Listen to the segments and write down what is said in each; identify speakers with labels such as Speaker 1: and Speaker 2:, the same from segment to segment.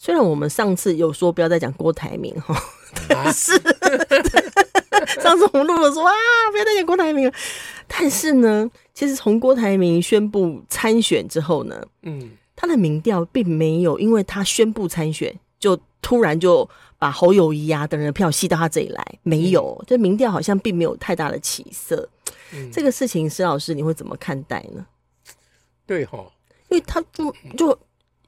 Speaker 1: 虽然我们上次有说不要再讲郭台铭哈，
Speaker 2: 啊，
Speaker 1: 是，上次我们录了说啊，不要再讲郭台铭了。但是呢，其实从郭台铭宣布参选之后呢，
Speaker 2: 嗯，
Speaker 1: 他的民调并没有因为他宣布参选就突然就把侯友谊啊等人的票吸到他这里来，没有，这民调好像并没有太大的起色。
Speaker 2: 嗯
Speaker 1: 这个事情，施老师你会怎么看待呢？
Speaker 2: 对哈，
Speaker 1: 因为他就就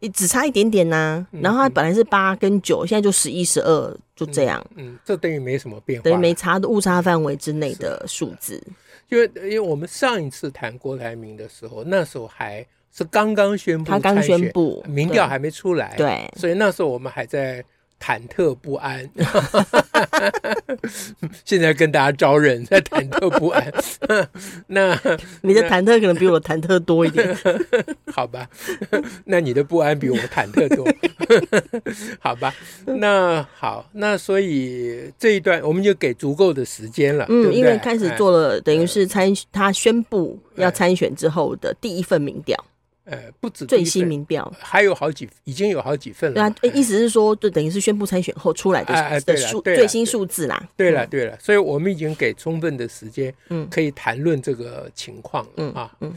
Speaker 1: 也只差一点点呐、
Speaker 2: 嗯
Speaker 1: 然后他本来是八跟九，现在就十一、十二，就这样，
Speaker 2: 嗯，这等于没什么变化，
Speaker 1: 等于没差的误差范围之内的数字。
Speaker 2: 因为因为我们上一次谈郭台铭的时候，那时候还是刚刚宣布
Speaker 1: 他刚
Speaker 2: 嗯参选
Speaker 1: 宣布
Speaker 2: 民调还没出来，
Speaker 1: 对
Speaker 2: 所以那时候我们还在忐忑不安。 现在跟大家招认，在忐忑不安。 那
Speaker 1: 你的忐忑可能比我的忐忑多一点。
Speaker 2: 好吧，那你的不安比我忐忑多， 好吧？那好，那所以这一段我们就给足够的时间了，对不
Speaker 1: 嗯，
Speaker 2: 对
Speaker 1: 因为开始
Speaker 2: 哎
Speaker 1: 做了，等于是参他宣布要参选之后的第一份民调，
Speaker 2: 呃不止
Speaker 1: 最
Speaker 2: 第一
Speaker 1: 新
Speaker 2: 份嗯
Speaker 1: 民调。
Speaker 2: 还有好几，已经有好几份
Speaker 1: 对
Speaker 2: 了
Speaker 1: 啊
Speaker 2: 嘛。，
Speaker 1: 呃意思是说，就等于是宣布参选后出来
Speaker 2: 哎
Speaker 1: 的
Speaker 2: 哎
Speaker 1: 的
Speaker 2: 对啦
Speaker 1: 数
Speaker 2: 对啦
Speaker 1: 最新
Speaker 2: 对
Speaker 1: 数字啦。
Speaker 2: 对了对了，所以我们已经给充分的时间，
Speaker 1: 嗯
Speaker 2: 可以谈论这个情况了
Speaker 1: 嗯
Speaker 2: 啊。
Speaker 1: 嗯，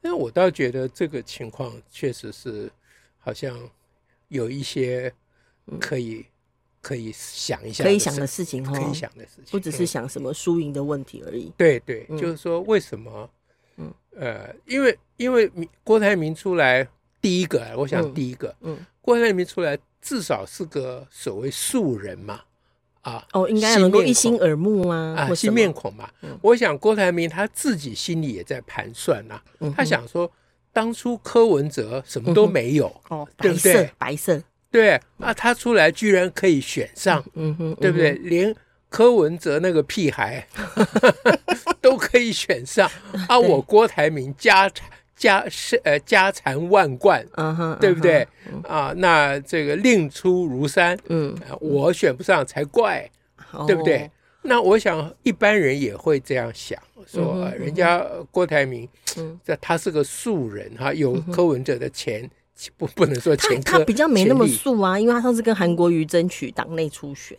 Speaker 2: 那我倒觉得这个情况确实是好像有一些可以可以想一
Speaker 1: 嗯
Speaker 2: 下，
Speaker 1: 可以想的事情哦
Speaker 2: 可以想的事情，
Speaker 1: 不只是
Speaker 2: 嗯
Speaker 1: 想什么输赢的问题而已。
Speaker 2: 对对，
Speaker 1: 嗯
Speaker 2: 就是说为什么？
Speaker 1: 嗯
Speaker 2: 呃，因为因为民郭台铭出来第一个啊，我想
Speaker 1: 嗯
Speaker 2: 第一个
Speaker 1: 嗯，
Speaker 2: 郭台铭出来至少是个所谓素人嘛，啊，
Speaker 1: 哦，应该
Speaker 2: 新
Speaker 1: 能够
Speaker 2: 面
Speaker 1: 一心
Speaker 2: 孔
Speaker 1: 耳目啊，
Speaker 2: 啊，
Speaker 1: 或什
Speaker 2: 新
Speaker 1: 么
Speaker 2: 面孔嘛。
Speaker 1: 嗯
Speaker 2: 我想郭台铭他自己心里也在盘算呐、
Speaker 1: 嗯
Speaker 2: 他
Speaker 1: 哼
Speaker 2: 想说，当初柯文哲什么都没有，
Speaker 1: 哦，
Speaker 2: 对
Speaker 1: 白
Speaker 2: 不
Speaker 1: 色
Speaker 2: 对
Speaker 1: 白色，
Speaker 2: 对啊，他出来居然可以选上，
Speaker 1: 嗯哼，
Speaker 2: 对不对？
Speaker 1: 嗯
Speaker 2: 连柯文哲那个 屁孩 都可以选上啊，
Speaker 1: 对
Speaker 2: 我郭台铭家家是呃家财万贯，
Speaker 1: 哼？嗯哼，
Speaker 2: 对不对
Speaker 1: 嗯哼？
Speaker 2: 啊？那这个令出如山，
Speaker 1: 嗯，
Speaker 2: 啊我选不上才怪。对不对
Speaker 1: 哦？？
Speaker 2: 那我想一般人也会这样想，说
Speaker 1: 嗯哼
Speaker 2: 呃人家呃郭台铭
Speaker 1: 嗯，
Speaker 2: 这他是个素人哈，有柯文哲的前不不能说
Speaker 1: 他
Speaker 2: 前科，
Speaker 1: 他比较没那么
Speaker 2: 前例
Speaker 1: 素啊，因为他上次跟韩国瑜争取党内初选，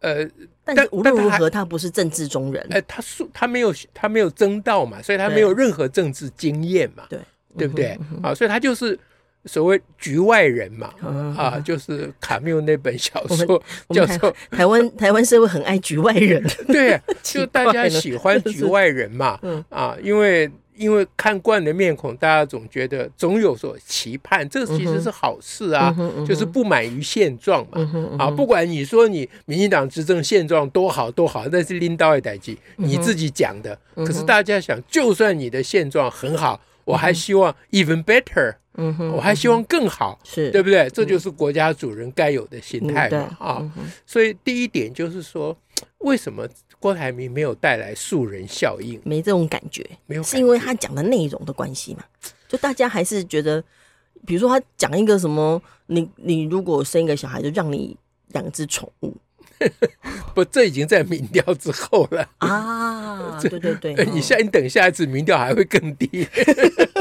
Speaker 2: 呃
Speaker 1: 但是
Speaker 2: 但
Speaker 1: 无
Speaker 2: 但
Speaker 1: 论如
Speaker 2: 他
Speaker 1: 何，他不是政治中人。
Speaker 2: 呃他素他没有他没有争到嘛，所以他没有任何政治经验嘛，
Speaker 1: 对，
Speaker 2: 对不对？啊，所以他就是所谓局外人嘛，
Speaker 1: 嗯
Speaker 2: 啊，就是卡缪那本小
Speaker 1: 我们
Speaker 2: 说
Speaker 1: 我
Speaker 2: 叫
Speaker 1: 们台
Speaker 2: 做
Speaker 1: 台湾 台湾社会很爱局外人，
Speaker 2: 对，
Speaker 1: 奇
Speaker 2: 就大
Speaker 1: 怪
Speaker 2: 家
Speaker 1: 了
Speaker 2: 喜欢
Speaker 1: 真
Speaker 2: 局
Speaker 1: 是
Speaker 2: 外人嘛，
Speaker 1: 嗯
Speaker 2: 啊，因为因为看惯的面孔，大家总觉得总有所期盼，这其
Speaker 1: 嗯
Speaker 2: 实是好事 啊，就是不满于现状嘛。
Speaker 1: 嗯
Speaker 2: 啊，不管你说你民进党执政现状多好多好，那是拎刀一代机，
Speaker 1: 嗯
Speaker 2: 你自己讲的。可是大家想，就算你的现状很好，我还希望 even better，
Speaker 1: 嗯哼，嗯
Speaker 2: 我还希望更好。
Speaker 1: 是
Speaker 2: 对不对？这就是国家主人该有的心
Speaker 1: 嗯
Speaker 2: 态
Speaker 1: 对
Speaker 2: 嘛、啊！所以第一点就是说，为什么郭台铭没有带来素人效应？
Speaker 1: 没这种感觉，
Speaker 2: 没有感觉，
Speaker 1: 是因为他讲的内容的关系嘛？就大家还是觉得，比如说他讲一个什么，你你如果生一个小孩，就让你养只宠物
Speaker 2: 不，这已经在民调之后了。，
Speaker 1: 啊， 对对对
Speaker 2: 你下你等下一次民调还会更低。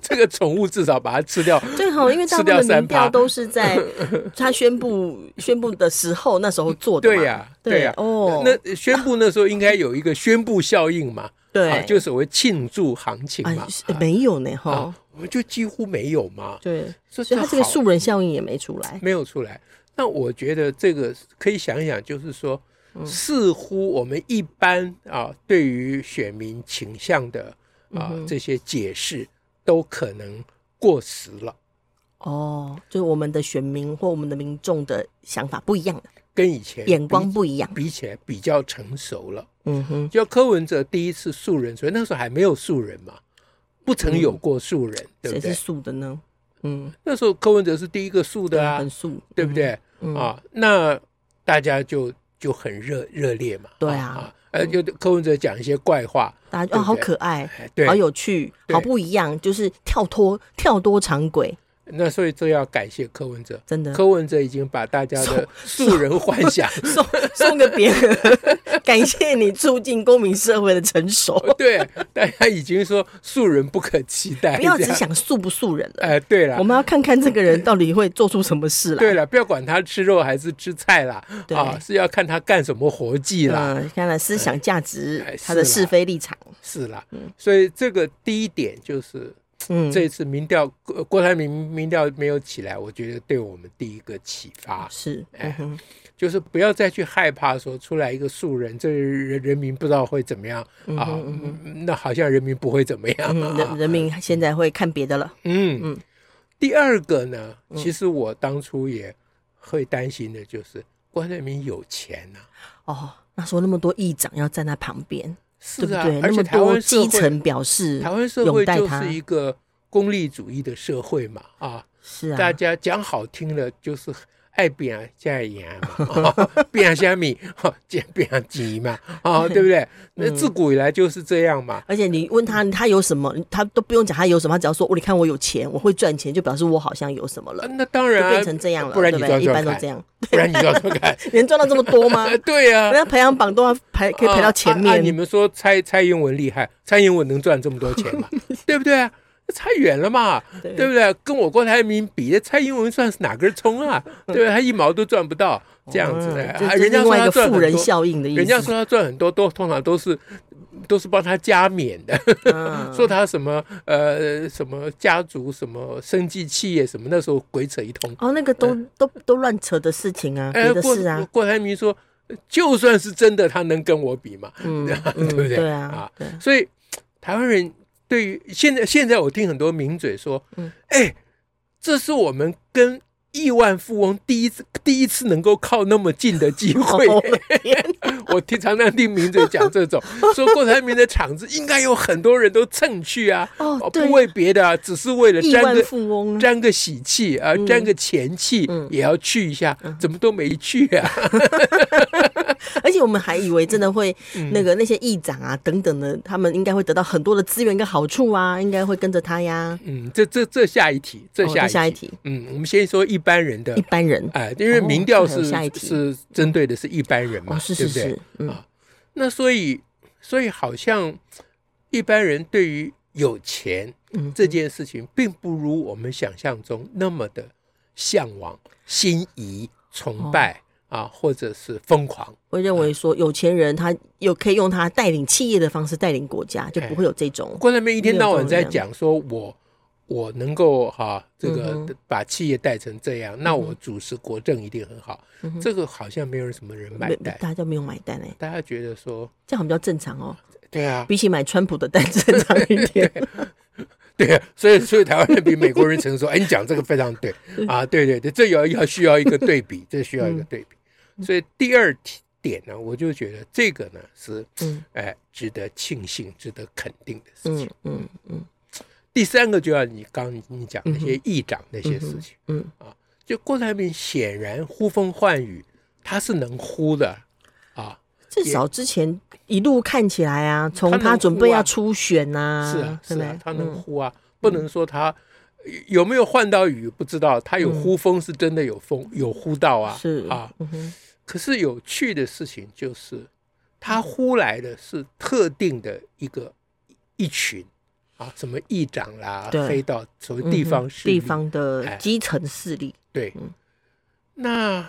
Speaker 2: 这个宠物至少把它吃掉。
Speaker 1: 最 好，因为大部
Speaker 2: 吃掉
Speaker 1: 分的
Speaker 2: 三
Speaker 1: 民调
Speaker 2: 趴
Speaker 1: 都是 在他宣布宣布的时候，那时候做的嘛。
Speaker 2: 对呀、
Speaker 1: 啊对
Speaker 2: 对呀、
Speaker 1: 哦，
Speaker 2: 那那宣布那时候应该有一个宣布效应嘛，
Speaker 1: 对，
Speaker 2: 啊，就所谓庆祝行情嘛
Speaker 1: 啊，是没有呢
Speaker 2: 啊
Speaker 1: 哈，
Speaker 2: 我们就几乎没有嘛，
Speaker 1: 对，
Speaker 2: 所
Speaker 1: 所以他这个
Speaker 2: 好
Speaker 1: 素人效应也没出来。
Speaker 2: 没有出来。那我觉得这个可以想一想，就是说，
Speaker 1: 嗯
Speaker 2: 似乎我们一般啊，对于选民倾向的
Speaker 1: 嗯
Speaker 2: 啊这些解释，都可能过时了，
Speaker 1: 哦，就是我们的选民或我们的民众的想法不一样了，
Speaker 2: 跟以前
Speaker 1: 眼光
Speaker 2: 比
Speaker 1: 不一样。
Speaker 2: 比起来比较成熟了。
Speaker 1: 嗯哼，
Speaker 2: 就柯文哲第一次素人，所以那时候还没有素人嘛，不曾有过素人，对
Speaker 1: 嗯谁
Speaker 2: 不
Speaker 1: 是
Speaker 2: 对？
Speaker 1: 素的呢？嗯，
Speaker 2: 那时候柯文哲是第一个诉的啊
Speaker 1: 很，素，
Speaker 2: 对不对？
Speaker 1: 嗯？嗯，
Speaker 2: 啊，那大家就就很热热烈嘛。
Speaker 1: 对啊
Speaker 2: 呃，就柯文哲讲一些怪话，
Speaker 1: 大家
Speaker 2: 对
Speaker 1: 哦，
Speaker 2: 不
Speaker 1: 好
Speaker 2: 对
Speaker 1: 可爱，
Speaker 2: 哎对
Speaker 1: 好，有趣，
Speaker 2: 对
Speaker 1: 好不一样，就是跳脱跳多长轨，
Speaker 2: 那所以这要感谢柯文哲。
Speaker 1: 真的
Speaker 2: 柯文哲已经把大家的素人幻想，
Speaker 1: 送送给别人，感谢你促进公民社会的成 熟，
Speaker 2: 对，大家已经说素人不可期待。
Speaker 1: 不要
Speaker 2: 哎这
Speaker 1: 只
Speaker 2: 样，
Speaker 1: 想素不素人了，
Speaker 2: 哎，对
Speaker 1: 我
Speaker 2: 了，
Speaker 1: 们要看看这个人到底会做出什么事来。
Speaker 2: 对了，不要管他吃肉还是吃菜啦，
Speaker 1: 对
Speaker 2: 啊，是要看他干什么活计啦，
Speaker 1: 嗯，看来思想价值
Speaker 2: 哎，
Speaker 1: 他的
Speaker 2: 是啦
Speaker 1: 是非立场，
Speaker 2: 是啦。所以这个第一点就是
Speaker 1: 嗯，
Speaker 2: 这次民调，呃郭台铭民调没有起来，我觉得对我们第一个启发
Speaker 1: 是，
Speaker 2: 哎
Speaker 1: 嗯哼，
Speaker 2: 就是不要再去害怕说出来一个素人，这人人民不知道会怎么样
Speaker 1: 嗯
Speaker 2: 啊
Speaker 1: 哼，嗯
Speaker 2: 嗯那好像人民不会怎么样
Speaker 1: 嗯，人
Speaker 2: 啊。
Speaker 1: 人民现在会看别的了，
Speaker 2: 嗯
Speaker 1: 嗯，
Speaker 2: 第二个呢，其实我当初也会担心的，就是郭台铭有钱呐，
Speaker 1: 哦，那时候那么多议长要站在旁边，
Speaker 2: 是啊
Speaker 1: 对不，对？那
Speaker 2: 而且
Speaker 1: 么
Speaker 2: 台
Speaker 1: 多
Speaker 2: 湾社
Speaker 1: 基
Speaker 2: 会，
Speaker 1: 层表示
Speaker 2: 台湾社
Speaker 1: 拥
Speaker 2: 会
Speaker 1: 戴
Speaker 2: 就
Speaker 1: 他
Speaker 2: 是一个功利主义的社会嘛，啊，
Speaker 1: 是啊，
Speaker 2: 大家讲好听了就是。爱变加盐 嘛，啊变虾米，哈变变鸡嘛，啊，对不
Speaker 1: 嗯
Speaker 2: 对？那自古以来就是这样嘛。
Speaker 1: 而且你问他他有什么，他都不用讲他有什么，他只要说我你看我有钱，我会赚钱，就表示我好像有什么
Speaker 2: 啊
Speaker 1: 了，
Speaker 2: 那当
Speaker 1: 就
Speaker 2: 然啊，
Speaker 1: 变成这样了，
Speaker 2: 不然你
Speaker 1: 对不
Speaker 2: 赚
Speaker 1: 对？一
Speaker 2: 赚
Speaker 1: 般都
Speaker 2: 看
Speaker 1: 这样，
Speaker 2: 不然你要怎么 看？
Speaker 1: 能赚到这么多吗？
Speaker 2: 呃对
Speaker 1: 人
Speaker 2: 呀、
Speaker 1: 家排行榜都要排，可以排到前
Speaker 2: 啊啊啊你
Speaker 1: 面，
Speaker 2: 们说蔡蔡英文厉害，蔡英文能赚这么多 钱吗？对不对啊？差远了嘛，
Speaker 1: 对
Speaker 2: 对不对？跟我郭台铭比，蔡英文算是哪根葱啊？对不对？他一毛都赚不到，这样子的。
Speaker 1: 嗯
Speaker 2: 啊
Speaker 1: 这这
Speaker 2: 人家
Speaker 1: 另
Speaker 2: 说
Speaker 1: 外一
Speaker 2: 他
Speaker 1: 个
Speaker 2: 赚
Speaker 1: 富
Speaker 2: 很
Speaker 1: 人
Speaker 2: 多，
Speaker 1: 效应的意思。
Speaker 2: 人家说他赚很多，都通常都是都是帮他加冕的，
Speaker 1: 嗯
Speaker 2: 说他什么呃什么家族什么生计企业什么，那时候鬼扯一通。
Speaker 1: 哦，那个都都都乱扯的事情啊，
Speaker 2: 哎，
Speaker 1: 别的
Speaker 2: 郭
Speaker 1: 事啊，
Speaker 2: 郭台铭说，就算是真的，他能跟我比吗？
Speaker 1: 嗯，
Speaker 2: 对
Speaker 1: 嗯
Speaker 2: 不对
Speaker 1: 对啊，对，
Speaker 2: 所以台湾人对于现在现在我听很多名嘴说，
Speaker 1: 嗯
Speaker 2: 哎，这是我们跟亿万富翁第一次第一次能够靠那么近的机 会。
Speaker 1: 哦天
Speaker 2: 我听常常听名嘴讲 这种，说郭台铭的场子应该有很多人都蹭去啊，
Speaker 1: 哦
Speaker 2: 哦，
Speaker 1: 对
Speaker 2: 不，为别的啊，只是为了
Speaker 1: 亿
Speaker 2: 沾
Speaker 1: 万
Speaker 2: 个
Speaker 1: 富翁啊，
Speaker 2: 沾个喜气啊，
Speaker 1: 嗯
Speaker 2: 沾个钱气
Speaker 1: 嗯
Speaker 2: 也要去一下，怎么都没去啊？
Speaker 1: 而且我们还以为真的会
Speaker 2: 嗯
Speaker 1: 那个那些议长啊等等的，他们应该会得到很多的资源跟好处啊，应该会跟着他呀。
Speaker 2: 嗯，这这这下一题，这
Speaker 1: 哦
Speaker 2: 下一
Speaker 1: 这
Speaker 2: 题，
Speaker 1: 下一题，
Speaker 2: 嗯，我们先说一般人的
Speaker 1: 一般人
Speaker 2: 哎，因为
Speaker 1: 哦
Speaker 2: 民调
Speaker 1: 这
Speaker 2: 是、
Speaker 1: 还有下一题
Speaker 2: 是针对的是一般人嘛，
Speaker 1: 哦，是是
Speaker 2: 对不
Speaker 1: 是
Speaker 2: 对？，
Speaker 1: 嗯
Speaker 2: 啊那所以所以好像一般人对于有钱
Speaker 1: 嗯，
Speaker 2: 这件事情，并不如我们想象中那么的向往、心仪、崇拜、
Speaker 1: 哦
Speaker 2: 啊，或者是疯狂。
Speaker 1: 会认为说有钱人他有可以用他带领企业的方式带领国家，就
Speaker 2: 哎
Speaker 1: 不会有这种
Speaker 2: 郭台铭一天到晚在
Speaker 1: 没有这种
Speaker 2: 讲说我。我能够哈、这
Speaker 1: 嗯
Speaker 2: 个
Speaker 1: 哼
Speaker 2: 把企业带成这样，那我主持国政一定很好。
Speaker 1: 嗯哼
Speaker 2: 这个好像没有什么人买
Speaker 1: 没
Speaker 2: 单，
Speaker 1: 大家没有买单哎，
Speaker 2: 大家觉得说，
Speaker 1: 这样比较正常哦，
Speaker 2: 对啊，
Speaker 1: 比起买川普的单 正常一点。
Speaker 2: 对，所以所以台湾人比美国人成熟。哎，你讲这个非常对啊，对对对，这要要需要一个对比，这需要一个对比。
Speaker 1: 嗯
Speaker 2: 所以第二题点呢，我就觉得这个呢是
Speaker 1: 嗯
Speaker 2: 哎、值得庆幸、值得肯定的事情。
Speaker 1: 嗯嗯嗯
Speaker 2: 第三个就要你刚你你讲那些议长那些事情，
Speaker 1: 嗯，
Speaker 2: 就郭台铭显然呼风唤雨，他是能呼的啊，
Speaker 1: 至少之前一路看起来啊，从
Speaker 2: 他能
Speaker 1: 他准备
Speaker 2: 护啊
Speaker 1: 要初选呐，
Speaker 2: 是啊
Speaker 1: 对
Speaker 2: 是
Speaker 1: 不
Speaker 2: 啊
Speaker 1: 对，
Speaker 2: 他能
Speaker 1: 嗯
Speaker 2: 呼啊，不能说他。有没有换到雨不知道，他有呼风是真的有风有呼到啊，
Speaker 1: 嗯是
Speaker 2: 啊，，
Speaker 1: 嗯哼
Speaker 2: 可是有趣的事情就是，他呼来的是特定的一个一群啊，什么议长啦，
Speaker 1: 对
Speaker 2: 飞到所谓地方势
Speaker 1: 嗯
Speaker 2: 力、
Speaker 1: 地方的
Speaker 2: 哎
Speaker 1: 基层势 力，
Speaker 2: 对。
Speaker 1: 嗯
Speaker 2: 那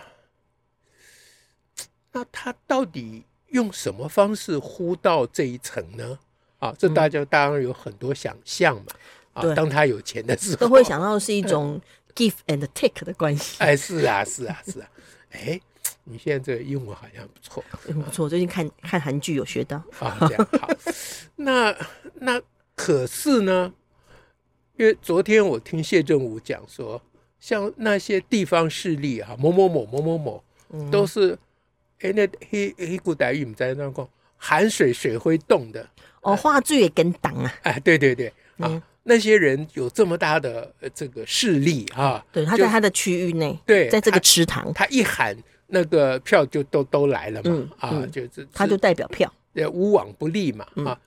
Speaker 2: 那他到底用什么方式呼到这一层呢？啊，这大家当然有很多想象嘛。啊，
Speaker 1: 嗯对
Speaker 2: 当他有钱的时候，
Speaker 1: 都会想到是一种 give and take 的关系。
Speaker 2: 哎，是啊，是啊，是啊，哎，你现在这个英文好像不错。
Speaker 1: 嗯不错，最近看看韩剧有学到，
Speaker 2: 啊，这样好。 那那可是呢，因为昨天我听谢振武讲说，像那些地方势力啊，某某某某某
Speaker 1: 嗯
Speaker 2: 某，都是哎、那黑黑古代语我们在那讲，含水水会动的，哎
Speaker 1: 哦，话剧也跟党啊，嗯
Speaker 2: 哎，对对对啊。那些人有这么大的呃这个势力啊，
Speaker 1: 对，他
Speaker 2: 就
Speaker 1: 在他的区域内，
Speaker 2: 对
Speaker 1: 在这个
Speaker 2: 他
Speaker 1: 池塘，
Speaker 2: 他一喊那个票就都都来了嘛，
Speaker 1: 嗯
Speaker 2: 啊，
Speaker 1: 嗯
Speaker 2: 就这
Speaker 1: 他就代表票，
Speaker 2: 呃无往不利嘛，
Speaker 1: 嗯
Speaker 2: 啊，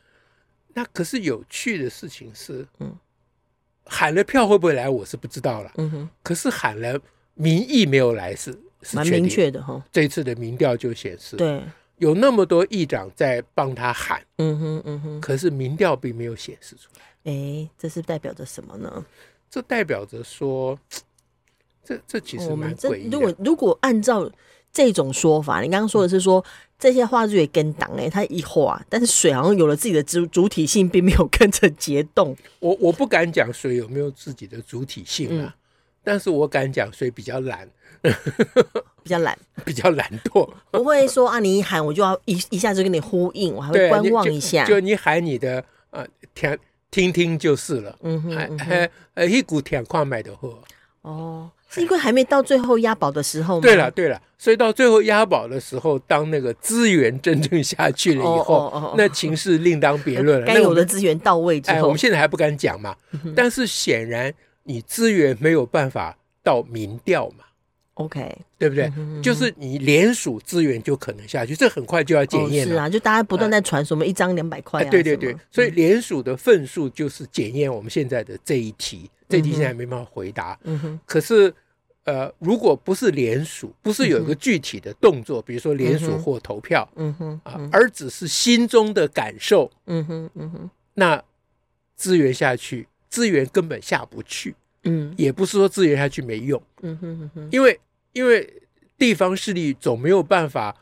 Speaker 2: 那可是有趣的事情是，
Speaker 1: 嗯，
Speaker 2: 喊了票会不会来我是不知道了，
Speaker 1: 嗯哼，
Speaker 2: 可是喊了民意没有来是是
Speaker 1: 蛮
Speaker 2: 确定
Speaker 1: 明
Speaker 2: 的。
Speaker 1: 确的哈。
Speaker 2: 这一次的民调就显示，
Speaker 1: 对，
Speaker 2: 有那么多议长在帮他喊，
Speaker 1: 嗯哼嗯哼，
Speaker 2: 可是民调并没有显示出来，
Speaker 1: 哎，这是代表着什么呢？
Speaker 2: 这代表着说，这这其实
Speaker 1: 哦我
Speaker 2: 蛮
Speaker 1: 们这
Speaker 2: 诡异
Speaker 1: 如果
Speaker 2: 的。
Speaker 1: 如果按照这种说法，你刚刚说的是说、这些话剧也跟党哎，它一化，但是水好像有了自己的主主体性，并没有跟着结冻。
Speaker 2: 我我不敢讲谁有没有自己的主体性
Speaker 1: 嗯
Speaker 2: 啊，但是我敢讲谁比较懒，
Speaker 1: 比较懒，
Speaker 2: 比较懒惰。
Speaker 1: 不会说啊，你一喊我就要一一下就跟你呼应，我还会
Speaker 2: 对，
Speaker 1: 观
Speaker 2: 你
Speaker 1: 望
Speaker 2: 就
Speaker 1: 一下。
Speaker 2: 就你喊你的呃听听听就是了。
Speaker 1: 嗯哼，
Speaker 2: 哎
Speaker 1: 嗯哼
Speaker 2: 哎哎，一股甜矿买的货。
Speaker 1: 哦，是因为还没到最后押宝的时候吗？
Speaker 2: 对了，对了，所以到最后押宝的时候，当那个资源真正下去了以
Speaker 1: 哦
Speaker 2: 后，
Speaker 1: 哦哦哦
Speaker 2: 那情势另当别论了。
Speaker 1: 该
Speaker 2: 那我
Speaker 1: 有
Speaker 2: 们
Speaker 1: 的嗯资源到位之
Speaker 2: 哎，我
Speaker 1: 后
Speaker 2: 们，现在还不敢讲嘛，但是显然你资源没有办法到民调嘛，
Speaker 1: OK，
Speaker 2: 对不对
Speaker 1: 嗯？哼
Speaker 2: 就是你联署资源就可能下去，这很快就要检验
Speaker 1: 哦、是
Speaker 2: 了。
Speaker 1: 啊，就大家不断在传什么一张两百块
Speaker 2: 哎，
Speaker 1: 啊，
Speaker 2: 对对
Speaker 1: 什么
Speaker 2: 对，所以联署的份数就是检验我们现在的这一题，这一题现在没办法回答。
Speaker 1: 嗯哼，
Speaker 2: 可是，呃，如果不是联署，不是有一个具体的动作，比如说联署或投票
Speaker 1: 嗯哼，
Speaker 2: 啊，而只是心中的感受，
Speaker 1: 嗯哼，嗯哼，
Speaker 2: 那资源下去，资源根本下不去。
Speaker 1: 嗯
Speaker 2: 也不是说资源下去没用，
Speaker 1: 嗯哼嗯哼，
Speaker 2: 因为因为地方势力总没有办法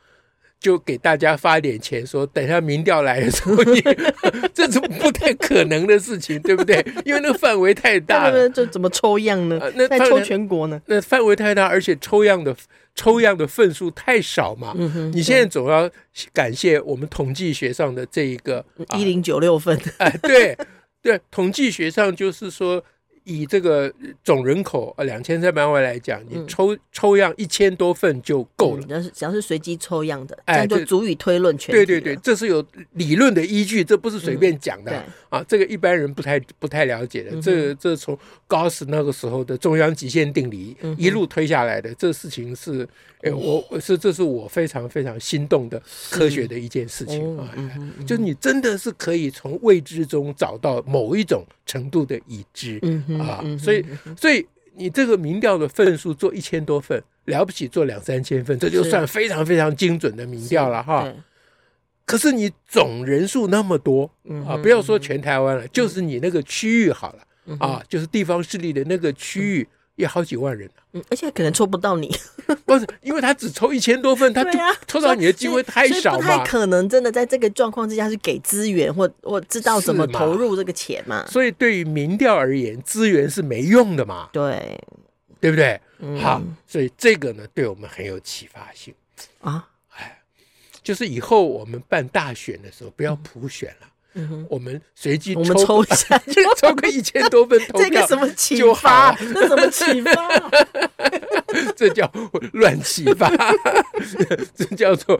Speaker 2: 就给大家发点钱说，等一下民调来的时候你， 这是不太可能的事情，对 不对？因为那个范围太大
Speaker 1: 那
Speaker 2: 了，
Speaker 1: 这这怎么抽样呢
Speaker 2: 呃？那
Speaker 1: 在
Speaker 2: 当
Speaker 1: 抽
Speaker 2: 然
Speaker 1: 全国呢？
Speaker 2: 那范围太大，而且抽样的抽样的份数太少嘛。
Speaker 1: 嗯哼，
Speaker 2: 你现在总要感谢我们统计学上的这一个啊
Speaker 1: 一零九六分，
Speaker 2: 哎，对对，统计学上就是说，以这个总人口呃两千三百万来讲，你
Speaker 1: 嗯
Speaker 2: 抽、抽样一千多份就 够了。
Speaker 1: 嗯只要是只要是随机抽样的，这
Speaker 2: 哎
Speaker 1: 样就
Speaker 2: 对
Speaker 1: 足以推论全体
Speaker 2: 对对
Speaker 1: 了嗯
Speaker 2: 对，这是有理论的依据，这不是随便讲的、
Speaker 1: 对，
Speaker 2: 啊！这个一般人不太不太了解的，
Speaker 1: 嗯哼
Speaker 2: 这个这从高斯那个时候的中央极限定理、
Speaker 1: 嗯哼嗯
Speaker 2: 一路推下来的，这事情是，哎，我我是这是我非常非常心动的科学的一件事情
Speaker 1: 哦
Speaker 2: 啊！，
Speaker 1: 嗯哼
Speaker 2: 就你真的是可以从未知中找到某一种程度的已知，
Speaker 1: 嗯哼
Speaker 2: 啊
Speaker 1: 嗯哼
Speaker 2: 所以
Speaker 1: 嗯哼
Speaker 2: 所以你这个民调的份数做一千多份，了不起做两三千份，这就是算非常非常精准的民调了哈。
Speaker 1: 对
Speaker 2: 可是你总人数那么多
Speaker 1: 嗯
Speaker 2: 啊，
Speaker 1: 哼
Speaker 2: 不要说全台湾了，就是你那个区域好了
Speaker 1: 嗯哼
Speaker 2: 啊，就是地方势力的那个区域。也好几万人、啊，
Speaker 1: 嗯而且可能抽不到你，
Speaker 2: 不是因为他只抽一千多 份，他
Speaker 1: 对啊
Speaker 2: 抽到你的机会太
Speaker 1: 所以
Speaker 2: 少
Speaker 1: 不太
Speaker 2: 嘛，
Speaker 1: 可能真的在这个状况之下去给资源或或知道怎么
Speaker 2: 是嘛
Speaker 1: 投入这个钱嘛。
Speaker 2: 所以对于民调而言，资源是没用的嘛，
Speaker 1: 对，
Speaker 2: 对不对？
Speaker 1: 嗯
Speaker 2: 好，所以这个呢，对我们很有启发性。
Speaker 1: 啊，
Speaker 2: 就是以后我们办大选的时候，不要普选了，
Speaker 1: 嗯哼，
Speaker 2: 我们随机
Speaker 1: 我们抽一下就
Speaker 2: 抽个 一千多份投
Speaker 1: 这个
Speaker 2: 票，
Speaker 1: 什么启
Speaker 2: 就好
Speaker 1: 发
Speaker 2: 啊？
Speaker 1: 这什么启 发啊？
Speaker 2: 这叫乱启发， 这叫做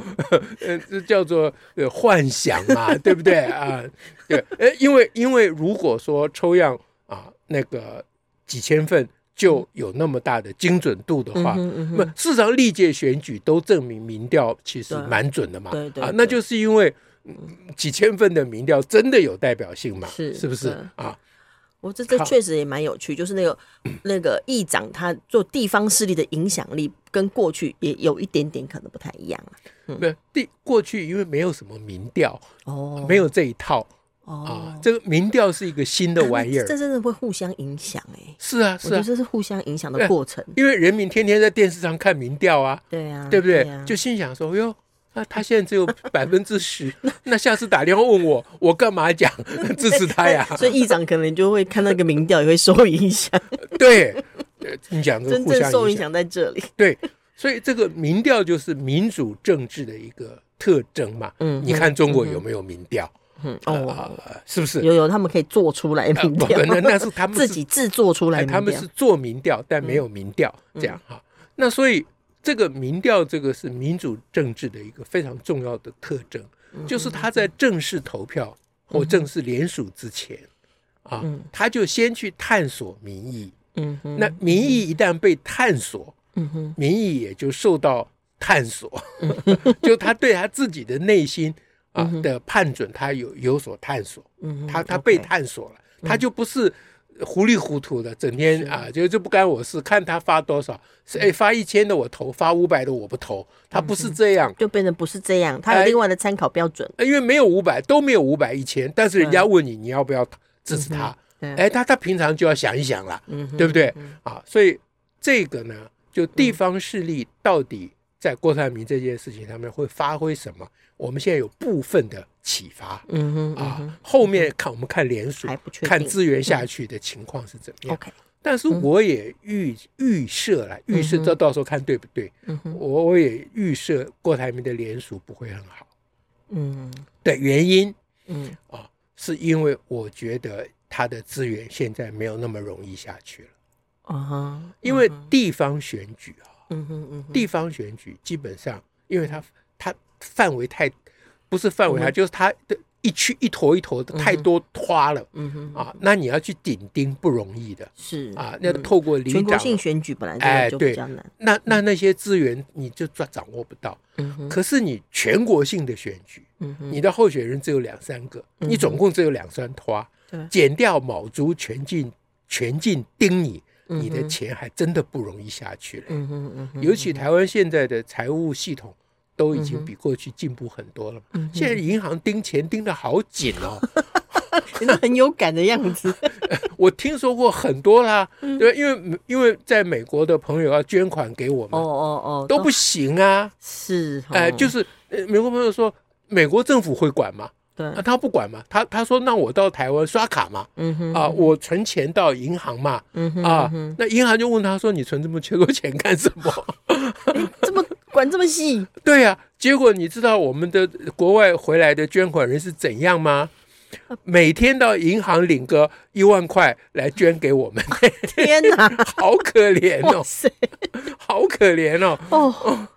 Speaker 2: 呃，这叫做呃幻想嘛， 对不对啊？对，呃，因为因为如果说抽样啊那个几千份就有那么大的精准度的话，
Speaker 1: 嗯哼嗯哼
Speaker 2: 那么市场历届选举都证明民调其实
Speaker 1: 对
Speaker 2: 蛮准的嘛，
Speaker 1: 对对
Speaker 2: 啊
Speaker 1: 对，
Speaker 2: 那就是因为嗯几千份的民调真的有代表性嘛，
Speaker 1: 是
Speaker 2: 不是
Speaker 1: 对
Speaker 2: 啊？
Speaker 1: 我哦这这
Speaker 2: 好
Speaker 1: 确实也蛮有趣，就是那个那个议长他做地方势力的影响力，跟过去也有一点点可能不太一样啊。
Speaker 2: 那第过去因为没有什么民调，
Speaker 1: 哦，
Speaker 2: 没有这一套啊
Speaker 1: 哦，，
Speaker 2: 这个民调是一个新的玩意
Speaker 1: 啊这
Speaker 2: 儿，
Speaker 1: 这真的会互相影响哎。
Speaker 2: 是啊
Speaker 1: 我
Speaker 2: 是
Speaker 1: 觉得
Speaker 2: 啊，
Speaker 1: 这是互相影响的
Speaker 2: 对啊
Speaker 1: 过程。
Speaker 2: 因为人民天天在电视上看民调啊，
Speaker 1: 对啊，
Speaker 2: 对不对？
Speaker 1: 啊
Speaker 2: 就心想说哟。那他现在只有百分之 十，那下次打电话问我，我干嘛讲支持他呀？
Speaker 1: 所以议长可能就会看那个民调，也会受影 响，
Speaker 2: 对，呃你讲这个
Speaker 1: 真
Speaker 2: 互
Speaker 1: 正
Speaker 2: 相
Speaker 1: 受
Speaker 2: 影
Speaker 1: 影
Speaker 2: 响。
Speaker 1: 响在这里。
Speaker 2: 对，所以这个民调就是民主政治的一个特征嘛。
Speaker 1: 嗯
Speaker 2: 你看中国有没有民调？
Speaker 1: 嗯，
Speaker 2: 啊
Speaker 1: 哦，、
Speaker 2: 是不是？
Speaker 1: 有有，他们可以做出来
Speaker 2: 呃
Speaker 1: 民
Speaker 2: 不
Speaker 1: 调，
Speaker 2: 那 那是他们
Speaker 1: 自
Speaker 2: 是
Speaker 1: 己制作出来
Speaker 2: 哎，
Speaker 1: 民
Speaker 2: 他
Speaker 1: 调。嗯
Speaker 2: 们是做民调，但没有民调、这样哈、那所以这个民调，这个是民主政治的一个非常重要的
Speaker 1: 嗯
Speaker 2: 特征，就是他在正式投票或正式联署之前。啊
Speaker 1: 嗯，
Speaker 2: 他就先去探索民意。
Speaker 1: 嗯哼，
Speaker 2: 那民意一旦被探索，
Speaker 1: 嗯哼，
Speaker 2: 民意也就受到 探索，就他对他自己的内心啊的判准，他有有所探索，
Speaker 1: 嗯哼，
Speaker 2: 他他被
Speaker 1: OK 嗯
Speaker 2: 探索了，他就不是。糊里糊涂的，整天啊，就就不干我事，看他发多少，
Speaker 1: 嗯
Speaker 2: 是哎发一千的我投，发五百的我不投，他不是这样，
Speaker 1: 就变成不是这样，他有
Speaker 2: 哎
Speaker 1: 另外的参考标准。
Speaker 2: 因为没有五百都没有五百一千，但是
Speaker 1: 嗯
Speaker 2: 人家问你你要不要支持他，
Speaker 1: 对啊
Speaker 2: 哎，他他平常就要想一想了，
Speaker 1: 嗯哼，
Speaker 2: 对不对？啊，所以这个呢，就地方势力到底在郭台铭这件事情上面会发挥什么，我们现在有部分的启发
Speaker 1: 嗯哼，嗯哼
Speaker 2: 啊。后面看我们看联署
Speaker 1: 还不确定嗯
Speaker 2: 看资源下去的情况是怎么样。
Speaker 1: ，OK，嗯
Speaker 2: 但是我也预预设了，预设这到时候看对不对。
Speaker 1: 嗯哼，
Speaker 2: 我我也预设郭台铭的联署不会很好
Speaker 1: 嗯
Speaker 2: 的原因
Speaker 1: 嗯
Speaker 2: 啊，是因为我觉得他的资源现在没有那么容易下去了，
Speaker 1: 啊哈，
Speaker 2: 因为地方选举啊。
Speaker 1: 嗯哼嗯哼，
Speaker 2: 地方选举基本上，因为它它范围太不是
Speaker 1: 嗯
Speaker 2: 范围啊，就是它的一区一坨一坨的太多花了
Speaker 1: 嗯哼
Speaker 2: 啊，那你要去顶丁不容易的
Speaker 1: 是嗯
Speaker 2: 啊，那透过里
Speaker 1: 全国
Speaker 2: 长，
Speaker 1: 性选举本来这
Speaker 2: 哎
Speaker 1: 个就比
Speaker 2: 对
Speaker 1: 较难。
Speaker 2: 那那那些资源你就抓掌握不到。
Speaker 1: 嗯哼，
Speaker 2: 可是你全国性的选举，
Speaker 1: 嗯哼，
Speaker 2: 你的候选人只有两三个，你总共只有两三花
Speaker 1: 对，
Speaker 2: 减掉卯足全劲全劲盯你，你
Speaker 1: 嗯
Speaker 2: 的
Speaker 1: 哼
Speaker 2: 钱还真的不容易下去了。
Speaker 1: 嗯哼嗯嗯哼，
Speaker 2: 尤 其台湾现在的财务系统都已经比过去进步很多了嘛。
Speaker 1: 嗯
Speaker 2: 现在银行盯钱盯得好紧哦，
Speaker 1: 真的很有感的样 子。
Speaker 2: 嗯我听说过很多啦，
Speaker 1: 嗯
Speaker 2: 对吧，因为因为在美国的朋友要捐款给我
Speaker 1: 哦
Speaker 2: 们
Speaker 1: 哦哦，
Speaker 2: 都不行啊，
Speaker 1: 是哦，
Speaker 2: 哎，就是呃美国朋友说美国政府会管吗？
Speaker 1: 对
Speaker 2: 啊，，他不管嘛，他他说那我到台湾刷卡嘛，
Speaker 1: 嗯哼，
Speaker 2: 啊，我存钱到银行嘛，
Speaker 1: 嗯哼，
Speaker 2: 啊，那银行就问他说你存这么缺多钱干什么？
Speaker 1: 哎这么管这么细，
Speaker 2: 对呀、结果你知道我们的国外回来的捐款人是怎样吗？
Speaker 1: 呃
Speaker 2: 每天到银行领个一万块来捐给我们，
Speaker 1: 天哪，
Speaker 2: 好可怜
Speaker 1: 哇
Speaker 2: 哦，
Speaker 1: 塞，
Speaker 2: 好可 怜哦。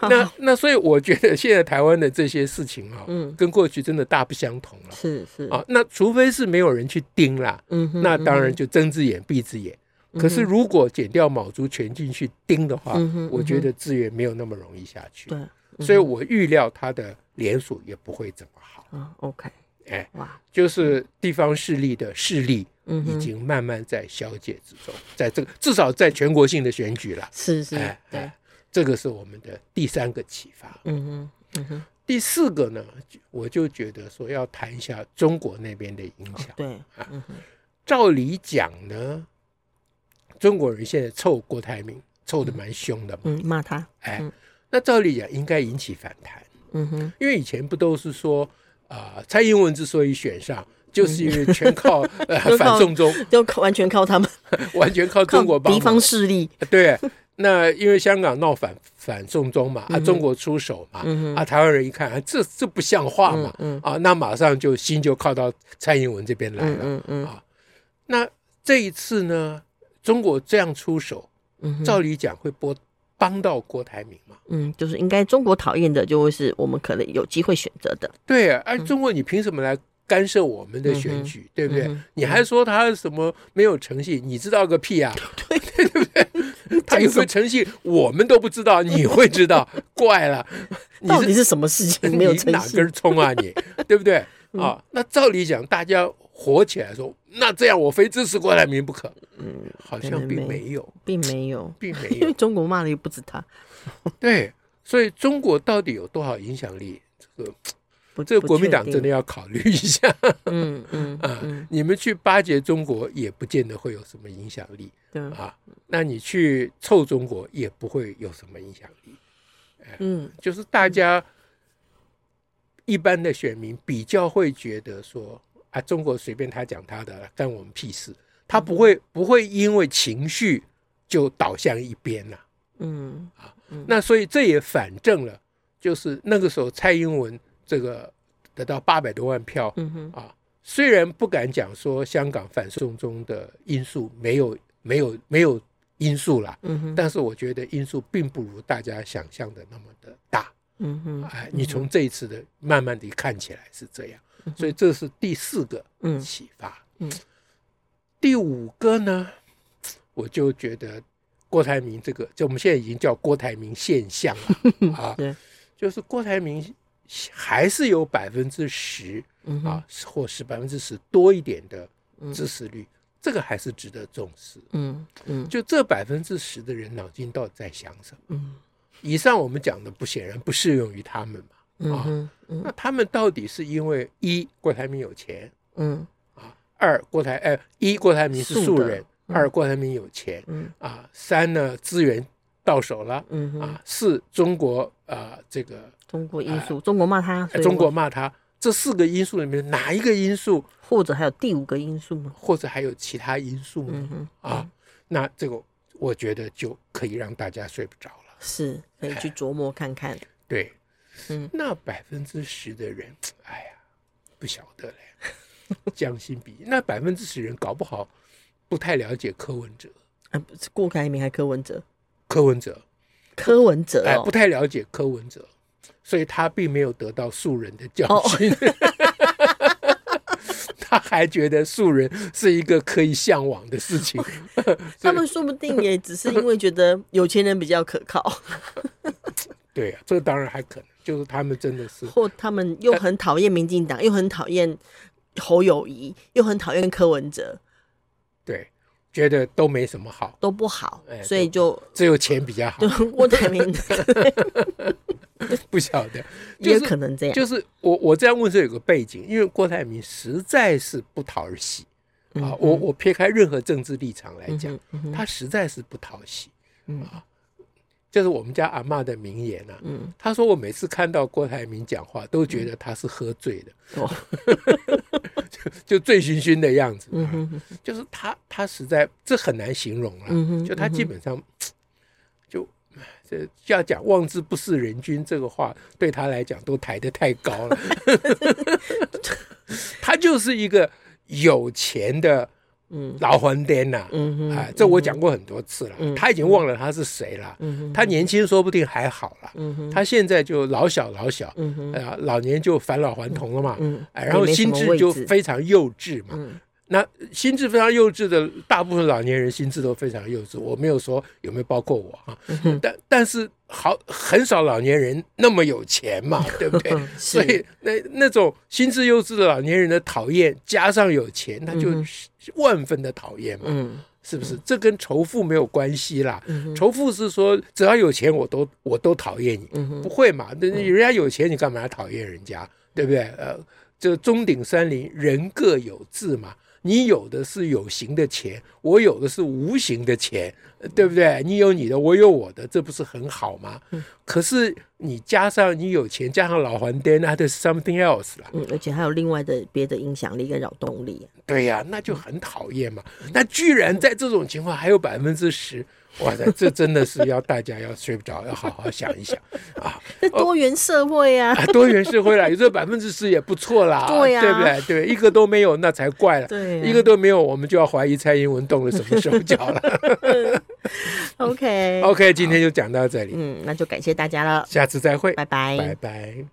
Speaker 1: 哦，
Speaker 2: 那那所以我觉得现在台湾的这些事情啊、
Speaker 1: 嗯
Speaker 2: 跟过去真的大不相同了
Speaker 1: 是是，
Speaker 2: 啊。那除非是没有人去盯啦，
Speaker 1: 嗯哼，
Speaker 2: 那当然就睁只眼闭只眼。可是如果减掉卯足全劲去盯的话，
Speaker 1: 嗯哼嗯哼
Speaker 2: 我觉得资源没有那么容易下去，
Speaker 1: 对，
Speaker 2: 所以我预料它的连锁也不会怎么好。
Speaker 1: 嗯，OK，
Speaker 2: 哎，
Speaker 1: 哇，
Speaker 2: 就是地方势力的势力
Speaker 1: 嗯
Speaker 2: 已
Speaker 1: 哼，
Speaker 2: 经慢慢在消解之中，在这个至少在全国性的选举了，
Speaker 1: 是是
Speaker 2: 哎，，
Speaker 1: 对
Speaker 2: 哎，这个是我们的第三个启发。
Speaker 1: 嗯哼，嗯哼，
Speaker 2: 第四个呢，就我就觉得说要谈一下中国那边的影响。
Speaker 1: 哦对，嗯
Speaker 2: 照理讲呢，中国人现在凑郭台铭凑得蛮凶的嘛，
Speaker 1: 嗯，骂他，
Speaker 2: 哎，那照理讲应该引起反弹。
Speaker 1: 嗯哼，
Speaker 2: 因为以前不都是说，啊、蔡英文之所以选上，就是因为全 靠、
Speaker 1: 全靠
Speaker 2: 呃反 送中，
Speaker 1: 就靠完全靠他们，
Speaker 2: 完全靠
Speaker 1: 靠
Speaker 2: 中国帮
Speaker 1: 敌
Speaker 2: 忙
Speaker 1: 方。势力，
Speaker 2: 对，那因为香港闹反反送中嘛，啊，
Speaker 1: 嗯
Speaker 2: 中国出手嘛，啊，台湾人一看，啊，这这不像话嘛，啊，那马上就心就靠到蔡英文这边来
Speaker 1: 嗯
Speaker 2: 了。啊
Speaker 1: 嗯嗯
Speaker 2: 那这一次呢，中国这样出手，
Speaker 1: 嗯哼，
Speaker 2: 照理讲会帮帮到郭台铭嘛？
Speaker 1: 嗯，就是应该中国讨厌的，就会是我们可能有机会选择的，
Speaker 2: 对，而、
Speaker 1: 嗯
Speaker 2: 中国你凭什么来干涉我们的选举，对不对？
Speaker 1: 嗯哼
Speaker 2: 你还说他什么没有诚信，你知道个 屁啊！对对不对？他有没有诚信，我们都不知道，你会知道，怪了，你
Speaker 1: 到
Speaker 2: 是
Speaker 1: 底是什么事情没有
Speaker 2: 你
Speaker 1: 诚
Speaker 2: 哪
Speaker 1: 信？嗯
Speaker 2: 根葱啊 你，对不对？啊，那照理讲，大家火起来说，那这样我非支持郭台铭不可。嗯，好像并没有，
Speaker 1: 并没有，
Speaker 2: 并没
Speaker 1: 因为
Speaker 2: 有。
Speaker 1: 中国骂的又不止他，
Speaker 2: 对，所以中国到底有多少影响力？这个
Speaker 1: 不，
Speaker 2: 这个国民党
Speaker 1: 不确
Speaker 2: 真
Speaker 1: 定
Speaker 2: 的，要考虑一下
Speaker 1: 嗯嗯
Speaker 2: 啊
Speaker 1: 嗯，！
Speaker 2: 你们去巴结中国，也不见得会有什么影响力
Speaker 1: 对，
Speaker 2: 啊。那你去凑中国，也不会有什么影响力。
Speaker 1: 嗯
Speaker 2: 就是大家一般的选民比较会觉得说啊，中国随便他讲他的，干我们屁事。他不会不会因为情绪就倒向一边了、
Speaker 1: 嗯
Speaker 2: 那所以这也反证了，就是那个时候蔡英文这个得到八百多万票
Speaker 1: 嗯哼，
Speaker 2: 啊，虽然不敢讲说香港反送中的因素没有没有没有因素啦，
Speaker 1: 嗯哼，
Speaker 2: 但是我觉得因素并不如大家想象的那么的大。
Speaker 1: 嗯哼，
Speaker 2: 哎，你从这一次的慢慢的看起来是这样，所以这是第四个
Speaker 1: 嗯
Speaker 2: 启发。
Speaker 1: 嗯
Speaker 2: 第五个呢，我就觉得郭台铭这个，就我们现在已经叫郭台铭现象 了啊，
Speaker 1: 对，
Speaker 2: 就是郭台铭还是有百分之十
Speaker 1: 嗯哼
Speaker 2: 啊，或是百分之十多一点的
Speaker 1: 嗯
Speaker 2: 支持率，这个还是值得重视。
Speaker 1: 嗯嗯
Speaker 2: 就这百分之十的人脑筋到底在想什么？
Speaker 1: 嗯
Speaker 2: 以上我们讲的不显然不适用于他们嘛？
Speaker 1: 嗯哼嗯
Speaker 2: 那他们到底是因为一郭台铭有钱，
Speaker 1: 嗯
Speaker 2: 二郭台呃一郭台铭是
Speaker 1: 素
Speaker 2: 素
Speaker 1: 的
Speaker 2: 人，二郭台铭有钱
Speaker 1: 嗯
Speaker 2: 啊，三呢资源到手了
Speaker 1: 嗯哼，
Speaker 2: 啊，四中国啊这个
Speaker 1: 中国因素，中国骂他，
Speaker 2: 呃中国骂他，这四个因素里面哪一个因素，
Speaker 1: 或者还有第五个因素吗？
Speaker 2: 或者还有其他因素呢
Speaker 1: 嗯哼，
Speaker 2: 啊？那这个我觉得就可以让大家睡不着了。
Speaker 1: 是可以去琢磨看看。
Speaker 2: 对，
Speaker 1: 嗯
Speaker 2: 那百分之十的人，哎呀，不晓 得嘞，将心比心。那百分之十人搞不好不太了解柯文哲，
Speaker 1: 啊，不是郭台铭还柯文哲，
Speaker 2: 柯文哲
Speaker 1: 柯文哲
Speaker 2: 哎，不
Speaker 1: 哦，
Speaker 2: 太了解柯文哲，所以他并没有得到素人的教
Speaker 1: 哦
Speaker 2: 训。他还觉得素人是一个可以向往的事 情，
Speaker 1: 他们说不定也只是因为觉 得有钱人比较可靠，
Speaker 2: 对啊，这当然还可能，就是他们真的是哎
Speaker 1: 或他们又很讨厌民进党，又很讨厌侯友谊，又很讨厌柯文哲，
Speaker 2: 对，觉得都没什么好，
Speaker 1: 都不好
Speaker 2: 哎，
Speaker 1: 所以就
Speaker 2: 只有钱比较好
Speaker 1: 就， 郭台 铭
Speaker 2: 不晓得，就
Speaker 1: 也
Speaker 2: 是
Speaker 1: 可能这样。
Speaker 2: 就是我我这样问是有个背景，因为郭台铭实在是不讨喜啊，我我撇开任何政治立场来讲，
Speaker 1: 嗯哼
Speaker 2: 他实在是不讨喜
Speaker 1: 嗯
Speaker 2: 啊。就是我们家阿嬷的名言啊，
Speaker 1: 嗯
Speaker 2: 她说我每次看到郭台铭讲话，都觉得他是喝醉的，
Speaker 1: 哦
Speaker 2: 就醉醺醺的样子、
Speaker 1: 嗯
Speaker 2: 啊。
Speaker 1: 哼
Speaker 2: 就是他他实在这很难形容了、啊
Speaker 1: 嗯哼
Speaker 2: 就他基本上、就唉这要讲望之不是人君这个话，对他来讲都抬得太高 了。他就是一个有钱的
Speaker 1: 嗯
Speaker 2: 老黄颠呐、
Speaker 1: 嗯哼
Speaker 2: 啊，这我讲过很多次了，
Speaker 1: 嗯
Speaker 2: 他已经忘了他是谁了。
Speaker 1: 嗯哼
Speaker 2: 他年轻说不定还好了，
Speaker 1: 嗯哼
Speaker 2: 他现在就老小老小，
Speaker 1: 嗯哼
Speaker 2: 啊，老年就返老还童了嘛，
Speaker 1: 嗯
Speaker 2: 哎，然后心智就非常幼稚嘛。
Speaker 1: 嗯
Speaker 2: 那心智非常幼稚的，大部分老年人心智都非常幼稚。我没有说有没有包括我啊，
Speaker 1: 嗯
Speaker 2: 但但是好很少老年人那么有钱 嘛，对不 对？
Speaker 1: 是
Speaker 2: 所以那那种心智幼稚的老年人的讨厌，加上有钱，那就
Speaker 1: 嗯哼
Speaker 2: 是万分的讨厌嘛，
Speaker 1: 嗯
Speaker 2: 是不是？这跟仇富没有关系啦。
Speaker 1: 嗯哼
Speaker 2: 仇富是说只要有钱我都我都讨厌你，
Speaker 1: 嗯哼
Speaker 2: 不会嘛？那人家有钱，你干嘛要讨厌人家？对不对？呃，这中鼎山林人各有志嘛。你有的是有形的钱，我有的是无形的钱，呃
Speaker 1: 嗯
Speaker 2: 对不对？你有你的，我有我的，这不是很好吗？
Speaker 1: 嗯
Speaker 2: 可是你加上你有钱，加上老还颠，那就是 something else 啦。
Speaker 1: 嗯，而且还有另外的别的影响力跟扰动力、啊
Speaker 2: 对呀、
Speaker 1: 嗯
Speaker 2: 那就很讨厌嘛。那居然在这种情况还有百分之十，哇塞，这真的是要大家要睡不着，要好好想一想啊
Speaker 1: 这多元社会 啊，
Speaker 2: 啊！多元社会啦，有这百分之十也不错啦，
Speaker 1: 对呀
Speaker 2: 对不对？对，一个都没有那才怪了。
Speaker 1: 对啊
Speaker 2: 一个都没有，我们就要怀疑蔡英文动了什么手脚 了。
Speaker 1: OK，
Speaker 2: 哦 OK，今天就讲到这里，
Speaker 1: 嗯，那就感谢大家了，
Speaker 2: 下次再会，
Speaker 1: 嗯拜拜。
Speaker 2: 拜拜